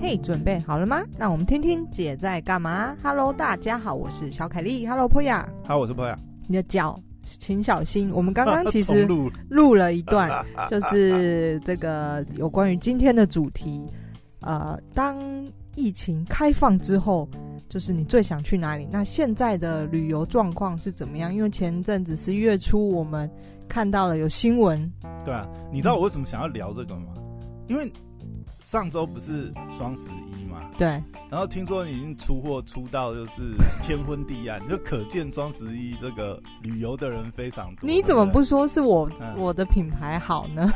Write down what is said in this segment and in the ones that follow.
嘿，准备好了吗？那我们听听姐在干嘛。Hello，大家好，我是小凯丽。Hello，波雅，嗨，我是朋友。你的脚请小心。我们刚 刚 其重实录录了一段， 就是这个有关于今天的主题。呃，当疫情开放之后，就是你最想去哪里？那现在的旅游状况是怎么样？因为前阵子十一月初，我们看到了有新闻，对啊，你知道我为什么想要聊这个吗？因为上周不是双十一嘛，对，然后听说你已经出货出到就是天昏地暗，就可见双十一这个旅游的人非常多。你怎么对不对说是我嗯我的品牌好呢？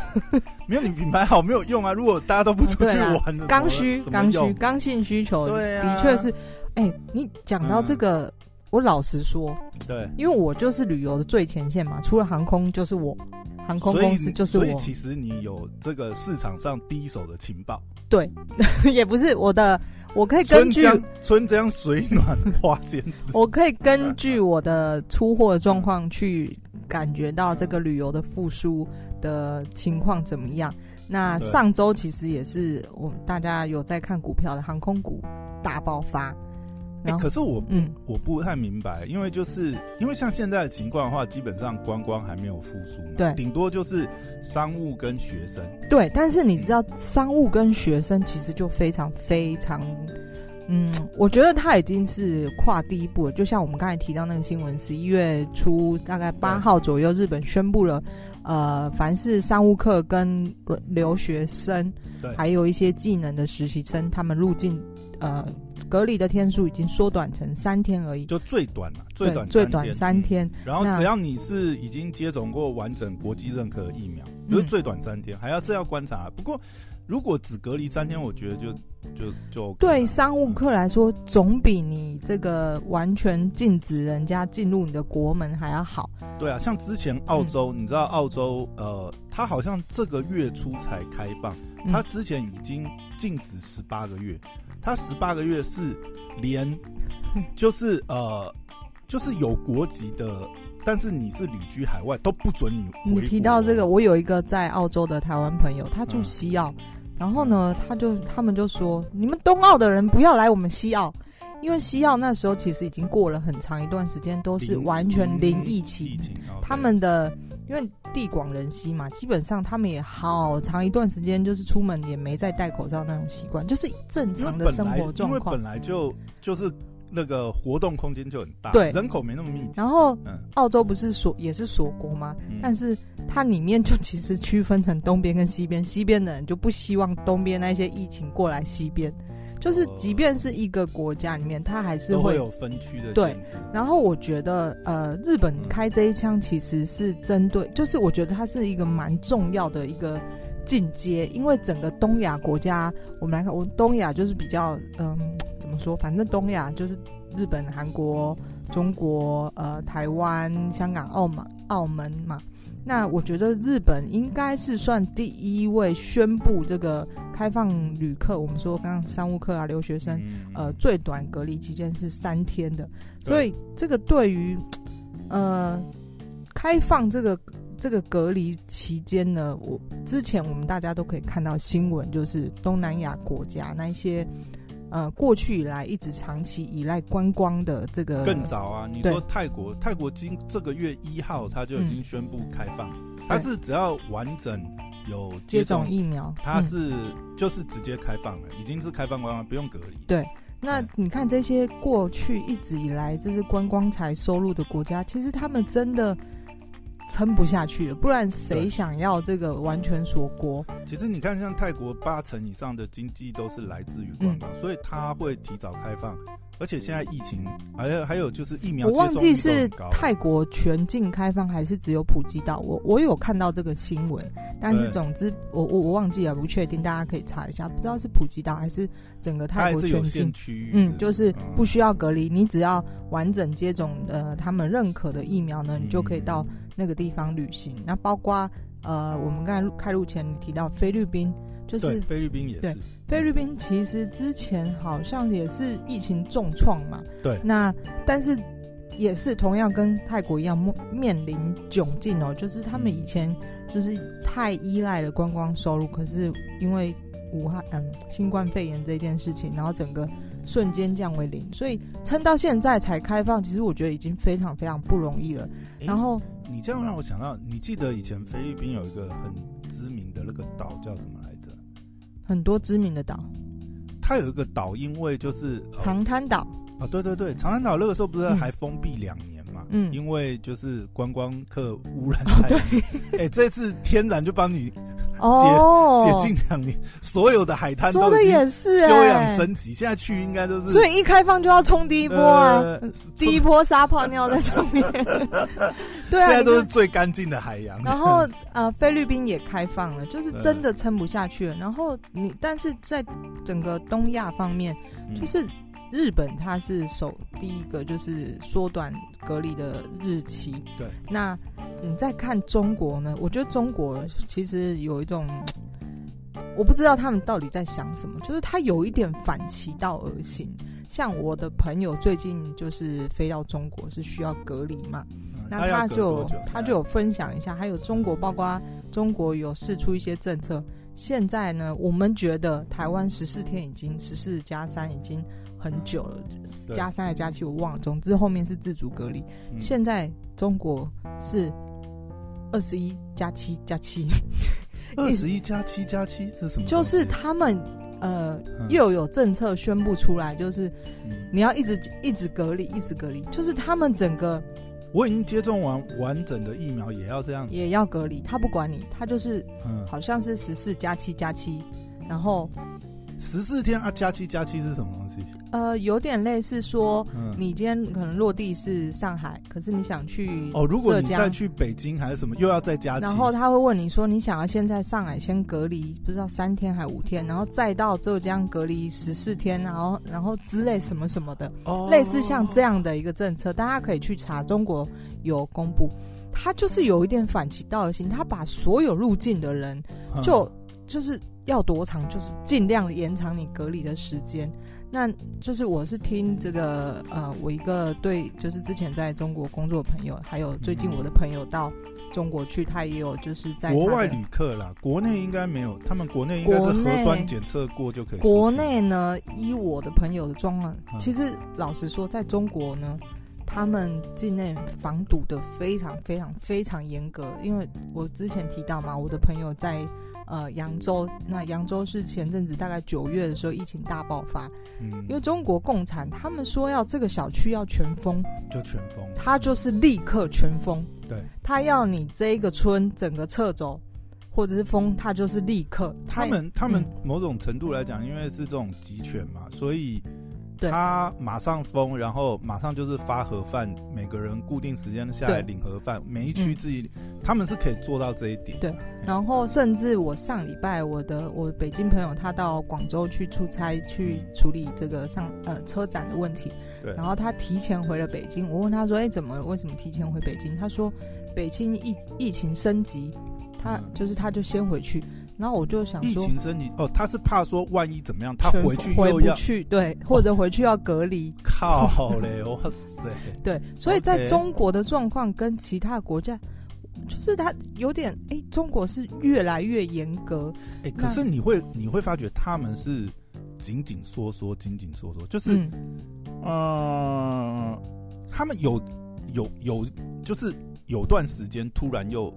没有你品牌好没有用啊？如果大家都不出去嗯对啊玩，怎么刚需、怎么刚需、用刚性需求，对啊嗯的确是。哎、你讲到这个，我老实说，对，因为我就是旅游的最前线嘛，除了航空就是我，航空所以公司就是所以我，其实你有这个市场上第一手的情报， 也不是我的，我可以根春据。江春江水暖花先知。我可以根据我的出货嗯状况去感觉到这个旅游的复苏的情况怎么样。那对上周其实也是我们大家有在看股票的航空股大爆发，哎、然后可是我嗯，我不太明白，因为就是因为像现在的情况的话，基本上观光还没有复苏嘛，对顶多就是商务跟学生，对，但是你知道，商务跟学生其实就非常非常，嗯，我觉得他已经是跨第一步了。就像我们刚才提到那个新闻，十一月初大概八号左右，日本宣布了，呃，凡是商务客跟留学生对，还有一些技能的实习生，他们入境呃隔离的天数已经缩短成三天而已。就最短嘛，对，短最最短三、天，嗯然后那只要你是已经接种过完整国际认可的疫苗，嗯就是最短三天，还要是要观察。不过如果只隔离三天，我觉得就就就 OK 对了商务客来说，总比你这个完全禁止人家进入你的国门还要好。对啊，像之前澳洲，嗯你知道澳洲呃，它好像这个月初才开放，嗯它之前已经禁止十八个月，它十八个月是 连就是呃就是有国籍的，但是你是旅居海外都不准你回你国。提到这个，我有一个在澳洲的台湾朋友，他住嗯西澳，然后呢，他就他们就说，你们东澳的人不要来我们西澳，因为西澳那时候其实已经过了很长一段时间都是零完全零疫疫情，情，OK 他们的因为地广人稀嘛，基本上他们也好长一段时间就是出门也没再戴口罩那种习惯，就是正因为常的本生来活因状为况本。来就就是那个活动空间就很大，对人口没那么密集，然后嗯，澳洲不是锁也是锁国吗？嗯但是它里面就其实区分成东边跟西边，西边的人就不希望东边那些疫情过来西边，就是哦即便是一个国家里面，它还是都会会。有分区的对限制，然后我觉得，呃，日本开这一枪其实是针对，就是我觉得它是一个蛮重要的一个进阶，因为整个东亚国家，我们来看，我东亚就是比较，嗯，怎么说？反正东亚就是日本、韩国、中国、呃，台湾、香港、澳门、澳门嘛。那我觉得日本应该是算第一位宣布这个开放旅客，我们说刚刚商务客啊、留学生，嗯呃，最短隔离期间是三天的，对所以这个对于呃开放这个这个隔离期间呢，我之前我们大家都可以看到新闻，就是东南亚国家那一些呃过去以来一直长期依赖观光的这个更早啊，你呃对说泰国，泰国今这个月一号它就已经宣布开放，它是只要完整有接接种种，疫苗，它嗯是、就是直接开放了，已经是开放观光，不用隔离。对嗯那你看这些过去一直以来这是观光财收入的国家，其实他们真的撑不下去了，不然谁对想要这个完全锁国？其实你看，像泰国八成以上的经济都是来自于观嗯光，所以它会提早开放，而且现在疫情，还有还有就是疫苗我接种忘记率都是很高泰国全境开放还是只有普吉岛，我我有看到这个新闻，但是对总之我我我忘记了，不确定，大家可以查一下，不知道是普吉岛还是整个它泰还国是全有境限。区域的，嗯，就是嗯不需要隔离，你只要完整接种呃他们认可的疫苗呢，嗯你就可以到那个地方旅行。那包括呃，我们刚才录开录前你提到菲律宾，就是嗯对菲律宾也对是，菲律宾其实之前好像也是疫情重创嘛，对那但是也是同样跟泰国一样面面临窘境哦，就是他们以前就是太依赖了观光收入，可是因为武汉嗯新冠肺炎这件事情，然后整个瞬间降为零，所以撑到现在才开放，其实我觉得已经非常非常不容易了。诶然后你这样让我想到，你记得以前菲律宾有一个很知名的那个岛叫什么来着？很多知名的岛，哦它有一个岛，因为就是呃长滩岛，啊，对对对，长滩岛那个时候不是嗯还封闭两年嘛？嗯因为就是观光客污染太严重。哎、这次天然就帮你哦，解禁两年，所有的海滩说都的已经也是、休欸，养生级。现在去应该就是，所以一开放就要冲第一波啊，呃第一波撒泡尿在上 面，对现啊，在你都是看最干净的海洋。然后呃，菲律宾也开放了，就是真的撑不下去了。然后你，但是在整个东亚方面，嗯就是日本它是首第一个就是缩短隔离的日期。对，那你再看中国呢？我觉得中国其实有一种。我不知道他们到底在想什么，就是他有一点反其道而行。像我的朋友最近就是飞到中国是需要隔离嘛，嗯那它要他隔就多久他才就有分享一下，还有中国，包括中国有试出一些政策。现在呢，我们觉得台湾十四天已经十四加三已经很久了，对加三还加七我忘了，总之后面是自主隔离。嗯现在中国是二十一加七加七， 二十一加七加七是什么东西？就是他们呃嗯又有政策宣布出来，就是嗯你要一直一直隔离，一直隔离，就是他们整个我已经接种完完整的疫苗，也要这样。也要隔离，他不管你，他就是嗯，好像是十四加七加七，然后十四天啊，加七加七是什么东西？呃，有点类似说，嗯，你今天可能落地是上海，可是你想去哦，如果浙你江再去北京还是什么，又要再加七。然后他会问你说，你想要先在上海先隔离，不知道三天还五天，然后再到浙江隔离十四天，然后然后之类什么什么的，哦类似像这样的一个政策，大家可以去查，中国有公布，他就是有一点反其道而行，他把所有入境的人嗯就就是要多长，就是尽量延长你隔离的时间。那就是我是听这个呃，我一个对就是之前在中国工作的朋友，还有最近我的朋友到中国去，他也有就是在国他的外旅客啦，国内应该没有，他们国内应该国是内核酸检测过就可以出去。国内呢，依我的朋友的状况，嗯其实老实说，在中国呢，他们境内防堵的非常非常非常严格。因为我之前提到嘛，我的朋友在呃扬州，那扬州是前阵子大概九月的时候疫情大爆发，嗯，因为中国共产他们说要这个小区要全封，就全封。他就是立刻全封。对，他要你这一个村整个撤走，或者是封，他就是立刻。他也们他们嗯某种程度来讲，因为是这种集权嘛，所以对他马上封，然后马上就是发盒饭，每个人固定时间下来对领盒饭，每一区嗯自己，他们是可以做到这一点。哎对，然后甚至我上礼拜我的我北京朋友他到广州去出差去处理这个上呃车展的问题，嗯对然后他提前回了北京，我问他说，哎，怎么为什么提前回北京？他说北京疫疫情升级，他、嗯就是他就先回去，然后我就想疫说。情升级哦，他是怕说万一怎么样，他全回去回又不要去，对，哦或者回去要隔离，靠 嘞，哇塞，对，所以在 OK 中国的状况跟其他国家，就是他有点，哎、中国是越来越严格，哎、可是你会你会发觉他们是紧紧缩缩，紧紧缩缩，就是嗯，嗯、他们有有有，就是有段时间突然又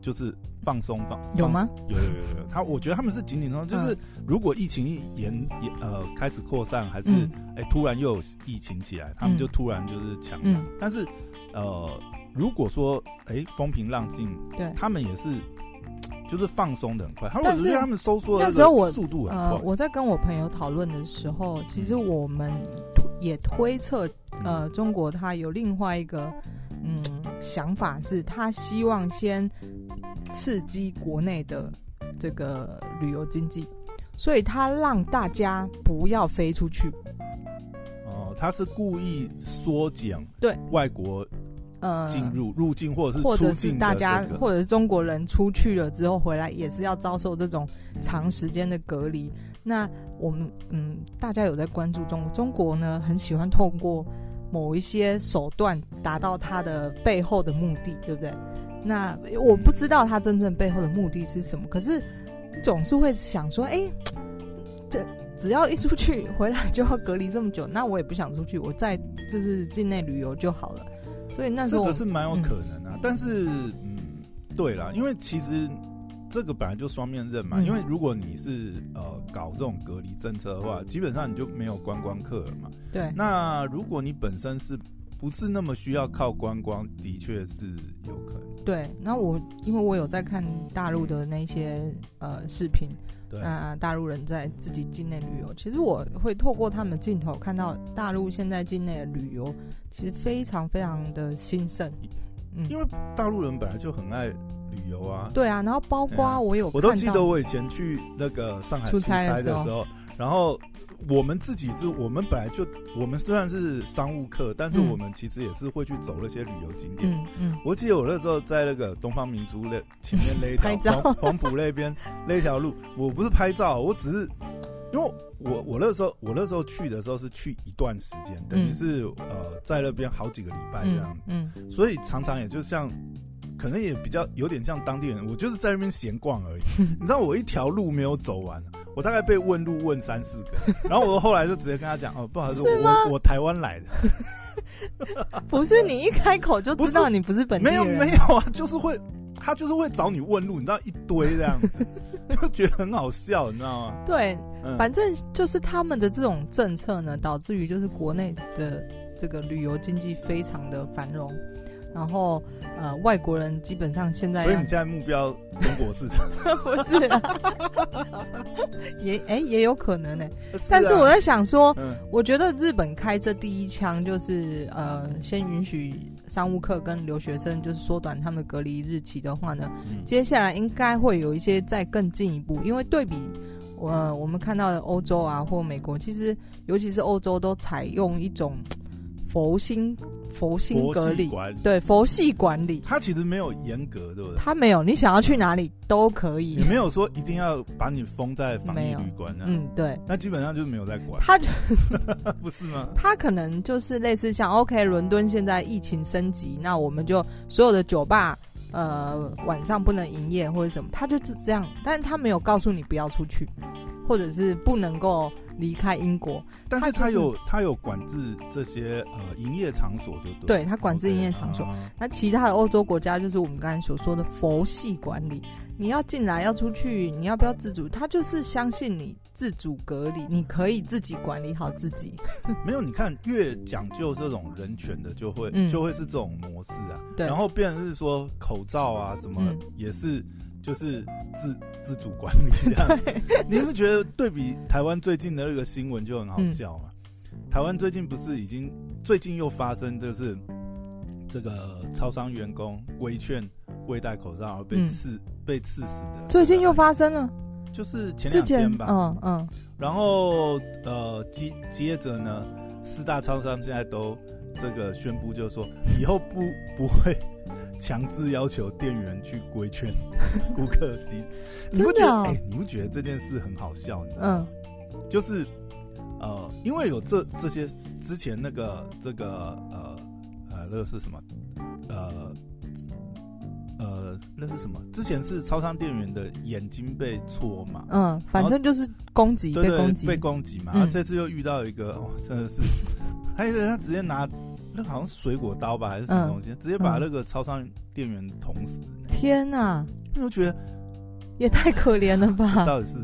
就是放松放有？吗？放有有有有，他我觉得他们是紧紧松，就是如果疫情一延延呃开始扩散，还是哎、嗯突然又有疫情起来，他们嗯就突然就是抢。嗯，但是呃，如果说哎、风平浪静，对他们也是。就是放松的很快，他们但我是觉得他们收缩的那那时候个我速度很快呃，，我在跟我朋友讨论的时候，其实我们推也推测，呃，中国它有另外一个嗯想法是，他希望先刺激国内的这个旅游经济，所以他让大家不要飞出去。哦，他是故意缩减对外国呃，进入、入境或者是或出者是境的大家这个，或者是中国人出去了之后回来，也是要遭受这种长时间的隔离。那我们嗯，大家有在关注中国，中国呢很喜欢透过某一些手段达到它的背后的目的，对不对？那我不知道它真正背后的目的是什么，可是总是会想说，哎、这只要一出去回来就要隔离这么久，那我也不想出去，我在就是境内旅游就好了。所以那时这候个我嗯是蛮有可能啊。但是，嗯，对啦，因为其实这个本来就双面刃嘛。嗯因为如果你是呃搞这种隔离政策的话，基本上你就没有观光客了嘛。对那如果你本身是不是那么需要靠观光，的确是有可能。对，那我因为我有在看大陆的那些呃视频，对，那大陆人在自己境内旅游，其实我会透过他们的镜头看到大陆现在境内的旅游其实非常非常的兴盛。嗯因为大陆人本来就很爱旅游啊。对啊，然后包对括啊我有我看到，都记得我以前去那个上海出出差差的的时时候候，然后我们自己就我们本来就我们虽然是商务客，但是嗯我们其实也是会去走那些旅游景点。嗯嗯，我记得我那时候在那个东方明珠那前面那 一拍条照黄黄埔那边 那一条路，我不是拍照，我只是因为我我那时候我那时候去的时候是去一段时间，等于嗯是呃在那边好几个礼拜这样嗯嗯，所以常常也就像，可能也比较有点像当地人，我就是在那边闲逛 而已。你知道我一条路没有走完，我大概被问路问三四 个，然后我后来就直接跟他讲，哦，不好意思，是吗我我台湾来的，嗯不是你一开口就不知是道你不是本地没有人，没有啊，就是会他就是会找你问路，你知道一堆这 样子，就觉得很好笑，你知道吗？对，嗯，反正就是他们的这种政策呢，导致于就是国内的这个旅游经济非常的繁荣，然后呃，外国人基本上现在所以你现在目标中国市场，不是啊， 也哎、也有可能呢、啊 但是我在想说，嗯我觉得日本开这第一枪就是呃，先允许商务客跟留学生就是缩短他们隔离日期的话呢，嗯接下来应该会有一些再更进一步，因为对比我、呃我们看到的欧洲啊或美国，其实尤其是欧洲都采用一种佛心佛心佛隔系离，管理，对佛系管理，他其实没有严格，对不对？他没有你想要去哪里都可以也，没有说一定要把你封在防疫旅馆啊呢、嗯，对。那基本上就是没有在管，他嗯 不是吗？他可能就是类似像 OK，伦敦现在疫情升级，那我们就所有的酒吧呃晚上不能营业或者什么，他就是这样，但是他没有告诉你不要出去，或者是不能够离开英国，但是他他就是有他有管制这些呃营业场所，就对。对他管制营业场所。 OK，啊那其他的欧洲国家就是我们刚才所说的佛系管理，你要进来要出去，你要不要自主，他就是相信你自主隔离，你可以自己管理好自己。没有，你看越讲究这种人权的，就会、嗯就会是这种模式啊。对然后变成是说口罩啊什么嗯也是。就是自自主管 理这样，你是觉得对比台湾最近的那个新闻就很好笑嘛？嗯台湾最近不是已经最近又发生就是这个超商员工规劝未戴口罩而被嗯刺、被刺死的，最近又发生了，就是前之两前天吧，嗯嗯，然后呃，接接着呢，四大超商现在都这个宣布，就是说以后不 不会强制要求店员去规劝 顾客吸。你不觉真的得？哦哎、你不觉得这件事很好笑？你知道嗯吗，就是呃，因为有这这些之前那个这个呃呃，那个是什么？呃。呃，那是什么？之前是超商店员的眼睛被戳嘛，嗯，反正就是攻击对被对，攻击，被攻击嘛。嗯然后这次又遇到一个，哇，哦真的是，还有一个他直接拿那个好像水果刀吧，还是什嗯么东西，直接把那个超商店员捅死。天呐、我就觉得也太可怜了吧 到底是，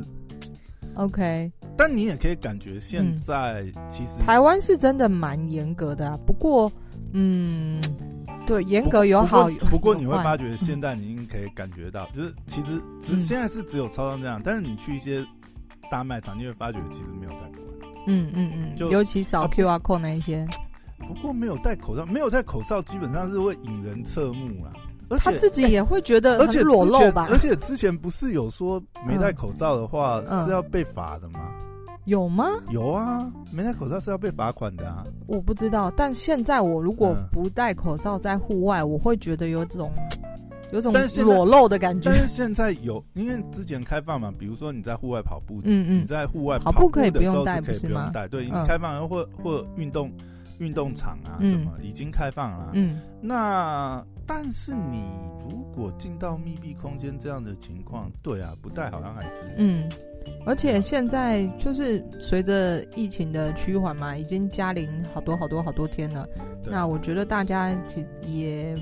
！OK，但你也可以感觉嗯现在其实台湾是真的蛮严格的啊，不过，嗯，对，严不格过有好不有过不过你有会坏发觉现在你已经可以感觉到，就是其实只嗯现在是只有超商这样，但是你去一些大卖场，你会发觉其实没有在管。嗯嗯嗯，就尤其扫啊 QR code 那一些，不过没有戴口罩，没有戴口罩基本上是会引人侧目啦。而他且自己也会觉得而且很裸之前露吧而？且之前不是有说没戴口罩的话、嗯是要被罚的吗？有吗？有啊，没戴口罩是要被罚款的啊。我不知道，但现在我如果嗯不戴口罩在户外，我会觉得有种有种但是现在裸露的感觉但。是现在有，因为之前开放嘛，比如说你在户外跑步，嗯你嗯，在户外跑跑步可以的时不候用戴是可以不是不吗用戴，对，嗯开放或或运动运动场啊嗯什么、已经开放了啊、嗯，那但是你如果进到密闭空间这样的情况，对啊，不戴好像还是嗯，而且现在就是随着疫情的趋缓嘛，已经加零好多好多好多天了。对啊那我觉得大家其也，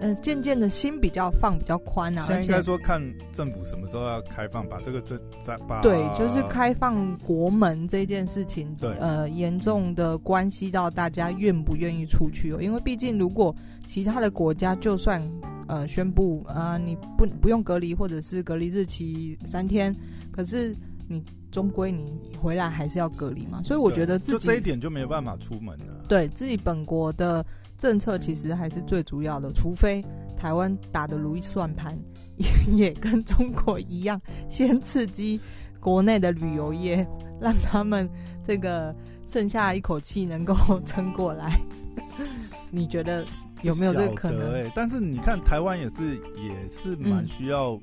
呃，渐渐的心比较放比较宽啊，现而在应该且说看政府什么时候要开放，把这个这再把对，就是开放国门这件事情，对呃，严重的关系到大家愿不愿意出去哦。因为毕竟如果其他的国家就算呃宣布啊、你不不用隔离或者是隔离日期三天，可是你终归你回来还是要隔离嘛，所以我觉得对自就己这一点就没办法出门了。对自己本国的政策其实还是最主要的，除非台湾打的如意算盘，也也跟中国一样，先刺激国内的旅游业，让他们这个剩下一口气能够撑过来。 你觉得有没有这个可不晓得能？欸但是你看台湾也是也是蛮嗯需要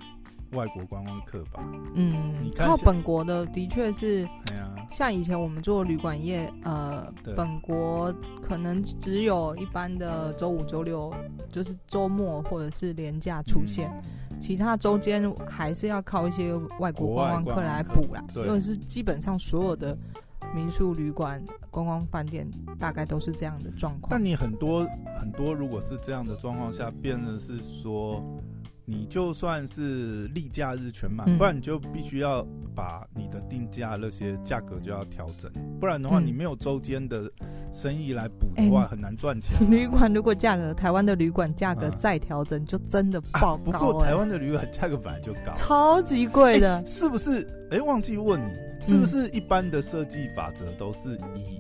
外国观光客吧？嗯你，看靠现本国的的确是对啊，像以前我们做旅馆业，呃对，本国可能只有一般的周五、周六，就是周末或者是连假出现，嗯其他周间还是要靠一些外国观光客来补啦。国外观光客对因为是基本上所有的民宿、旅馆、观光饭店大概都是这样的状况但。你很多很多，如果是这样的状况下，变成是说，你就算是例假日全满，嗯不然你就必须要把你的定价那些价格就要调整，不然的话，嗯你没有周间的生意来补哎。的话，很难赚钱啊旅馆如果价格，台湾的旅馆价格嗯再调整，就真的啊爆不高、过欸台湾的旅馆价格本来就高，超级贵的 嗯哎，是不是？哎、忘记问你，是不是一般的设计法则都是以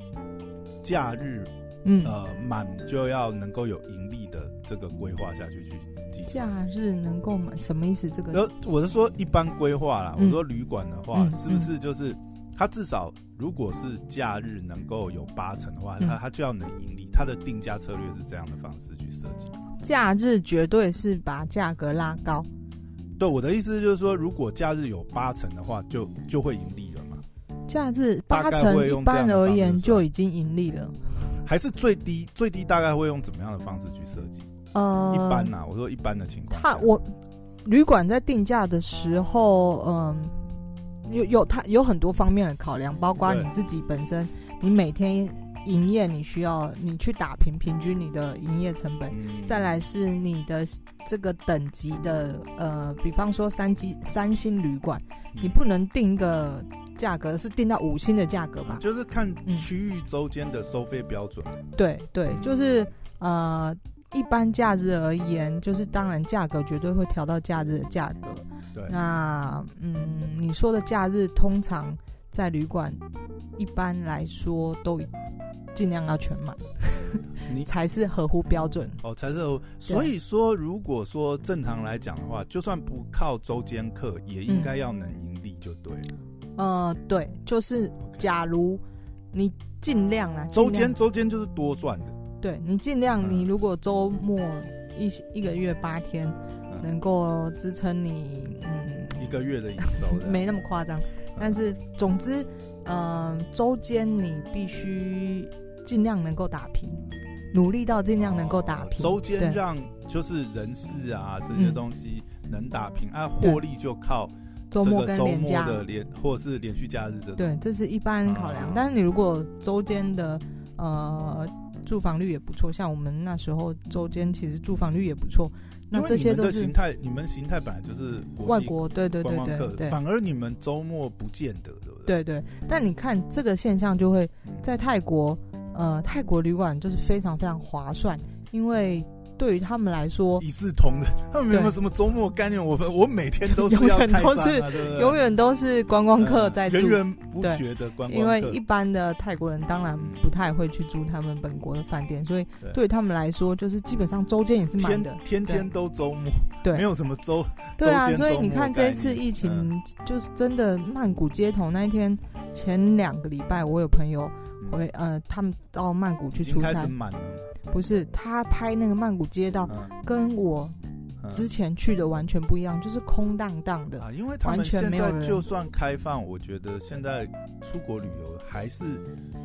假日嗯，呃满就要能够有盈利的这个规划下去去计算？假日能够买什么意思？这个然后我是说一般规划啦，嗯我说旅馆的话，嗯是不是就是它至少如果是假日能够有八成的话，嗯它它就要能盈利，它的定价策略是这样的方式去设计。假日绝对是把价格拉高，对，我的意思就是说，如果假日有八成的话，就就会盈利了嘛。假日大八概成会一用这样般的方而式言算就已经盈利了。还是最低最低大概会用怎么样的方式去设计？呃，一般啊呐、我说一般的情况下。他我旅馆在定价的时候，嗯，有有他有很多方面的考量，包括对你自己本身，你每天营业你需要你去打平平均你的营业成本，嗯再来是你的这个等级的，呃，比方说三级三星旅馆，嗯你不能定一个价格是定到五星的价格吧？就是看嗯区域周间的收费标准。对对，就是呃，一般假日而言，就是当然价格绝对会调到假日的价格。对，那嗯，你说的假日通常在旅馆一般来说都尽量要全满，你才是合乎标准。哦，才是有。所以说，如果说正常来讲的话，就算不靠周间客，也应该要能盈利就对了。呃，对，就是假如你尽量啊，周尽量间周间就是多赚的，对你尽量，嗯你如果周末一一个月八天嗯能够支撑你，嗯，一个月的营收 的。没那么夸张，但是总之，嗯，周间你必须尽量能够打平，努力到尽量能够打平。哦周间对让就是人事啊这些嗯东西能打平，啊，获利就靠周这末个跟周连末假，的连或者是连续假日这种。对，这是一般考量。啊但是你如果周间的呃住房率也不错，像我们那时候周间其实住房率也不错，那因为这你些们都的是形态，你们形态本来就是外国际国，对对观对光对客，对。反而你们周末不见得，对不对？嗯对对，但你看这个现象就会在泰国，呃，泰国旅馆就是非常非常划算，因为对于他们来说，一视同仁， 他们没有对什么周末概念。我们我每天都是要永远开都张是啊，对不对？永远都是观光客在呃住源，源不绝的观光客，因为一般的泰国人当然不太会去住他们本国的饭店，所以对对于他们来说，就是基本上周间也是满天的。天天都周末，对没有什么周对啊，周间所以你看这一周末次概疫念嗯情，就是真的曼谷街头那一天，前两个礼拜我有朋友回呃，他们到曼谷去嗯已经出开始差，满了，不是他拍那个曼谷街道，嗯跟我嗯之前去的完全不一样，就是空荡荡的。啊，因为他们完全现没有在人就算开放，我觉得现在出国旅游还是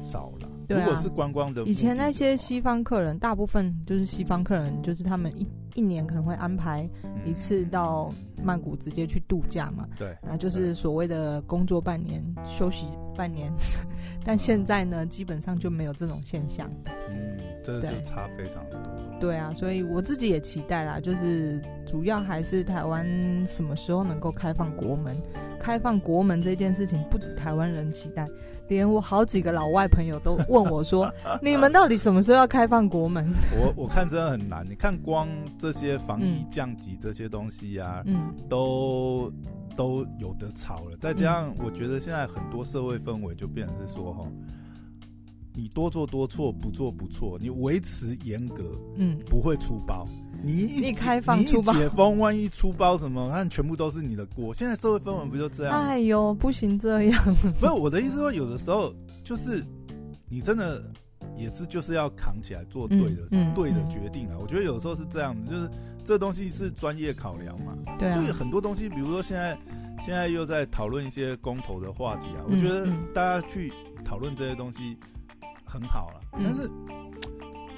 少了。对啊如果是观光的目的的话，以前那些西方客人，大部分就是西方客人，就是他们一一年可能会安排嗯一次到曼谷直接去度假嘛，对，啊，就是所谓的工作半年，休息半年， 但现在呢，基本上就没有这种现象。嗯，这对就差非常多。对啊，所以我自己也期待啦，就是主要还是台湾什么时候能够开放国门？开放国门这件事情，不止台湾人期待，连我好几个老外朋友都问我说：“ 你们到底什么时候要开放国门 我我看真的很难，你看光这些防疫降级这些东西啊？”，嗯，都都有的吵了，再加上我觉得现在很多社会氛围就变成是说哈。你多做多错，不做不错。你维持严格，嗯，不会出包。你一一开放你一出包解封，万一出包什么，那全部都是你的锅。现在社会氛围不就这样吗？哎呦，不行这样，不是我的意思说，有的时候就是你真的也是就是要扛起来做对的、嗯嗯对的嗯决定啊。我觉得有时候是这样的，就是这东西是专业考量嘛。 对啊就，有很多东西，比如说现在现在又在讨论一些公投的话题啊，嗯我觉得嗯大家去讨论这些东西很好了，嗯但是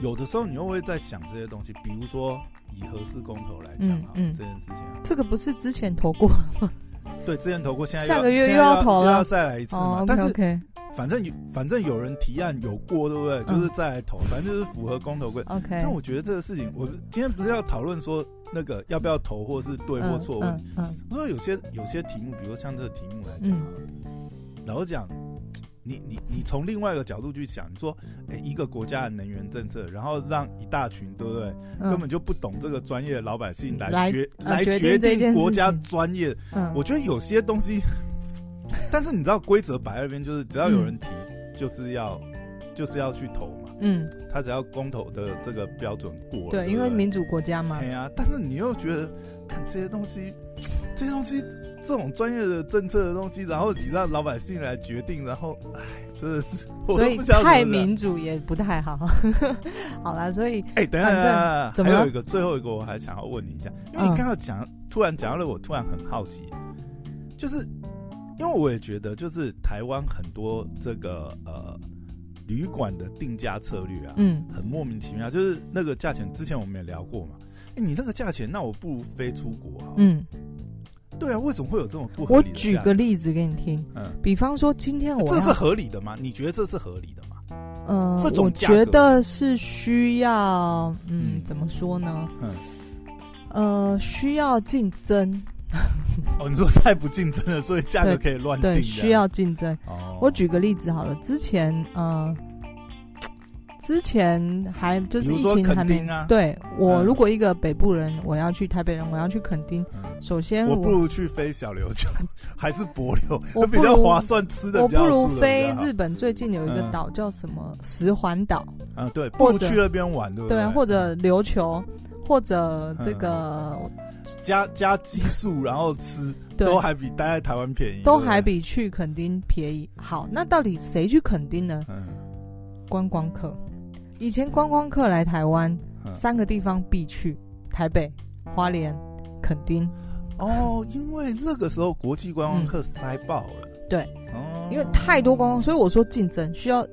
有的时候你又会在想这些东西，比如说以合适公投来讲嗯啊、嗯这件事情啊，这个不是之前投 过对，之前投过，现在下个月又又要要投了又要再来一次嘛，哦但，OK 是 OK 反正有反正有人提案有过，对不嗯对？就是再来投，反正就是符合公投规。但 OK，我觉得这个事情，我今天不是要讨论说那个要不要投，或是对或错问题。嗯嗯我说有些有些题目，比如说像这个题目来讲，老实讲，你你你从另外一个角度去想，你说，哎、一个国家的能源政策，然后让一大群对不对，嗯嗯根本就不懂这个专业的老百姓来来决呃来决定决这件定事国家情专业，嗯我觉得有些东西， 但是你知道规则摆在那边，就是只要有人提，就是要就是要去投嘛，嗯，他只要公投的这个标准过了，对，对，因为。民啊主国家嘛哎，呀、但是你又觉得，看这些东西，这些东西，这种专业的政策的东西，然后你让老百姓来决定，然后，哎，真的是，我所都以不晓得怎么太讲。民主也不太好。 好啦，所以哎、等一下，反正等一下，怎还么了有一个最后一个，我还想要问你一下，因为你嗯刚刚讲，突然讲到了，我突然很好奇，就是因为我也觉得，就是台湾很多这个呃旅馆的定价策略啊，嗯很莫名其妙，就是那个价钱，之前我们也聊过嘛。哎你那个价钱，那我不如飞出国好了嗯，对啊，为什么会有这种不合我理的价举格？个例子给你听，嗯，比方说今天我这是要合理的吗？你觉得这是合理的吗？呃这，种我价格觉得是需要嗯嗯，怎么说呢？嗯呃，需要竞争，哦，你说太不竞争了，所以价对格可以乱定这对，样。需要竞争。哦，我举个例子好了，之前呃，之前还就是比疫如说情还垦没丁、啊对我，嗯如果一个北部人，我要去台北人，我要去垦丁，嗯，首先我哎我不如去飞小琉 球，还是帛我琉，不比较如划算，吃的我比较不如住得飞比较好日本最近有一个嗯岛叫什么石环岛，啊，对，不如或者去那边玩，对不嗯对，啊对？嗯或者琉球，或者这个加加激素，然后吃，对，都还比待在台湾便宜，都对不还对比去垦丁便宜。好，那到底谁去垦丁呢？嗯观光客。以前观光客来台湾，嗯三个地方必去：台北、花莲、垦丁。哦，因为那个时候国际观光客塞爆了，对，哦，因为太多观光，所以我说竞争需要，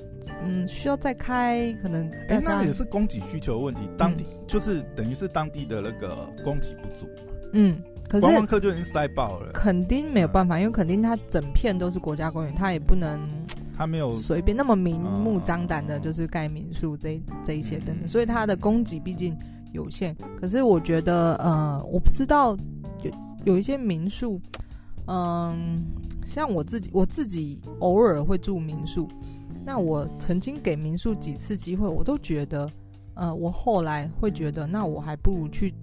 嗯，需要再开可能哎、大家那也是供给需求的问题，当地、就是等于是当地的那个供给不足嘛，嗯，可是观光客就已经塞爆了，垦丁没有办法，因为垦丁它整片都是国家公园，它也不能。他没有随便那么明嗯目张胆的，嗯就是盖民宿这一这一些等嗯等，所以它的供给毕竟有限。可是我觉得，呃，我不知道有有一些民宿，嗯，像我自己，我自己偶尔会住民宿。那我曾经给民宿几次机会，我都觉得，呃，我后来会觉得，那我还不如去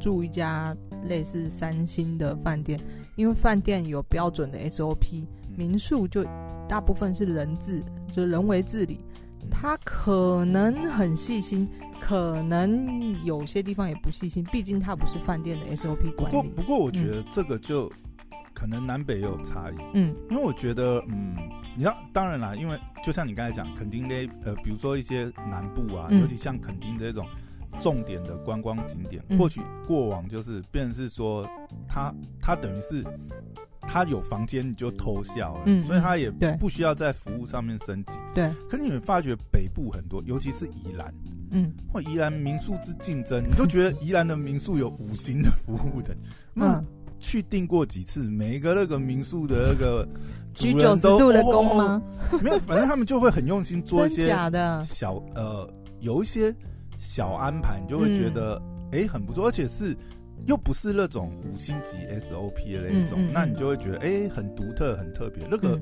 住一家类似三星的饭店，因为饭店有标准的 SOP，民嗯宿就大部分是人治，就是人为治理，它可能很细心，可能有些地方也不细心，毕竟它不是饭店的 SOP 不管过理不。过我觉得这个就可能南北也有差异，嗯因为我觉得嗯，你要当然啦，因为就像你刚才讲，垦丁那呃，比如说一些南部啊，嗯尤其像垦丁这种。重点的观光景点，嗯或许过往就是，便是说，它它等于是他有房间你就偷笑了，嗯所以他也对不需要在服务上面升级。对，可你们发觉北部很多，尤其是宜兰，嗯，哇，宜兰民宿之竞争，你就觉得宜兰的民宿有五星的服务的，那嗯去订过几次，每一个那个民宿的那 个举主人九十都度的弓？哦吗？没有，反正他们就会很用心做一 真些假的？小呃，有一些小安排，你就会觉得嗯哎、诶很不错，而且是又不是那种五星级 SOP 的那一种，嗯嗯嗯那你就会觉得哎、诶很独特、很特别，那个、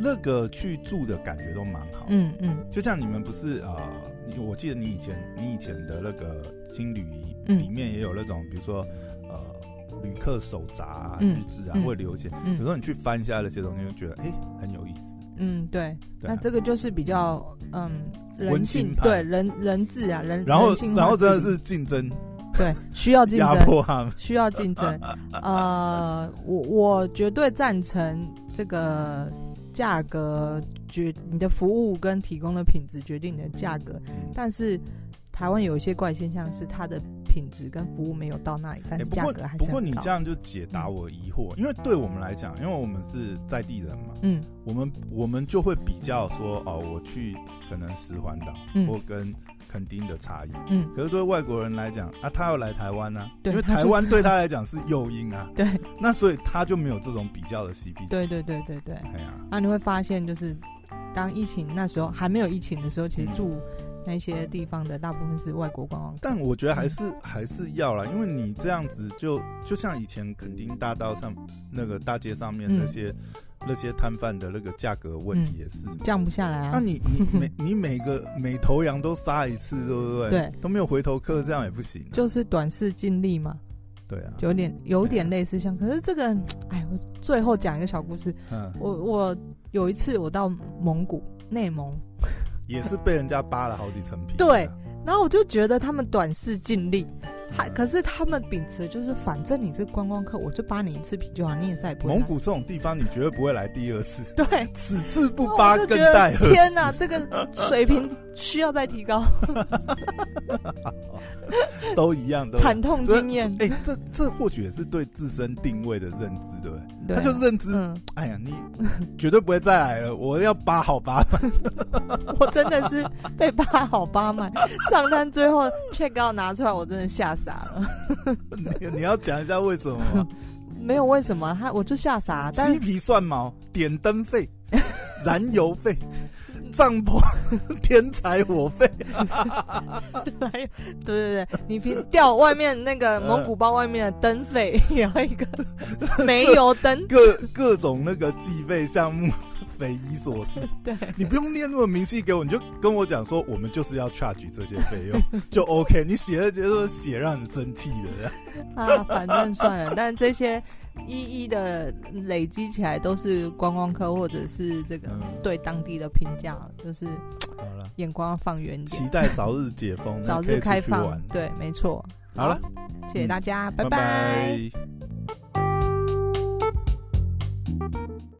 那个去住的感觉都蛮好。嗯嗯就像你们不是呃，你我记得你以前你以前的那个青旅嗯里面也有那种，比如说呃旅客手札、啊、嗯日志啊，嗯会留一些。有时嗯候你去翻一下那些东西，就觉得哎、诶很有意思。嗯，对，对啊那这个就是比较嗯人温性馨，派对人人治啊，人然后人性化然后真的治理是竞争对需要哦竞压争，迫他们。需要竞 争。呃，我我绝对赞成这个价格决你的服务跟提供的品质决定你的价格，但是台湾有一些怪现象是它的品质跟服务没有到那里，但哎是不价过格还是不很过你高这，样就解答我疑惑，因为对我们来讲，因为我们是在地人嘛，嗯我们我们就会比较说哦，我去可能石环岛嗯或跟垦丁的差异。嗯，可是对外国人来讲啊，他要来台湾呢、啊，对因为他就台是湾对他来讲是诱因啊， 对那所以他就没有这种比较的 CP 值。对对对对对。哎呀，那你会发现，就是当疫情那时候还没有疫情的时候，其实住那些地方的大部分是外国观光客。但我觉得还是还是要啦，因为你这样子就就像以前垦丁大道上那个大街上面嗯那些、那些摊贩的那个价格问题也是嘛。降不下来那啊，你你每你 每个每头羊都杀一次，对不对？对，都没有回头客，这样也不行、啊。就是短视尽力嘛，对啊，有点有点类似像。可是这个，哎，我最后讲一个小故事。嗯，我我有一次我到蒙古内蒙，也是被人家扒了好几层皮。对啊，然后我就觉得他们短视尽力，还嗯可是他们秉持的就是反正你是观光客，我就扒你一次皮就好，你也再也不会来蒙古这种地方，你绝对不会来第二次， 对。此次不那扒我就更觉得待何天哪，这个水平需要再提 高，时？ 都一样，都一样惨痛所以经验。哎、这这或许也是对自身定位的认知，对不对？对他就认知，嗯，哎呀，你 绝对不会再来了，我要扒好扒满。我真的是被扒好扒满， 账单最后 check out 拿出来，我真的吓傻了。 你你要讲一下为什么吗？没有为什么，他我就吓傻， 但鸡皮蒜毛、点灯费、 燃油费、帐篷、 添柴火费，还有， 对对对，你平掉外面那个蒙古包外面的灯费，也要一 个煤油灯，各各种那个计费项目， 匪夷所思。对，你不用列那么明细给我，你就跟我讲说，我们就是要 charge 这些费 用就 OK。你写了结说写让你生气的，啊，反正算了。但这些一一的累积起来，都是观光客或者是这个嗯对当地的评价，就是好了，眼光要放远一期点，待早日解封，嗯那早可以日出开去放玩。对，没错。好了，谢谢大家，拜拜。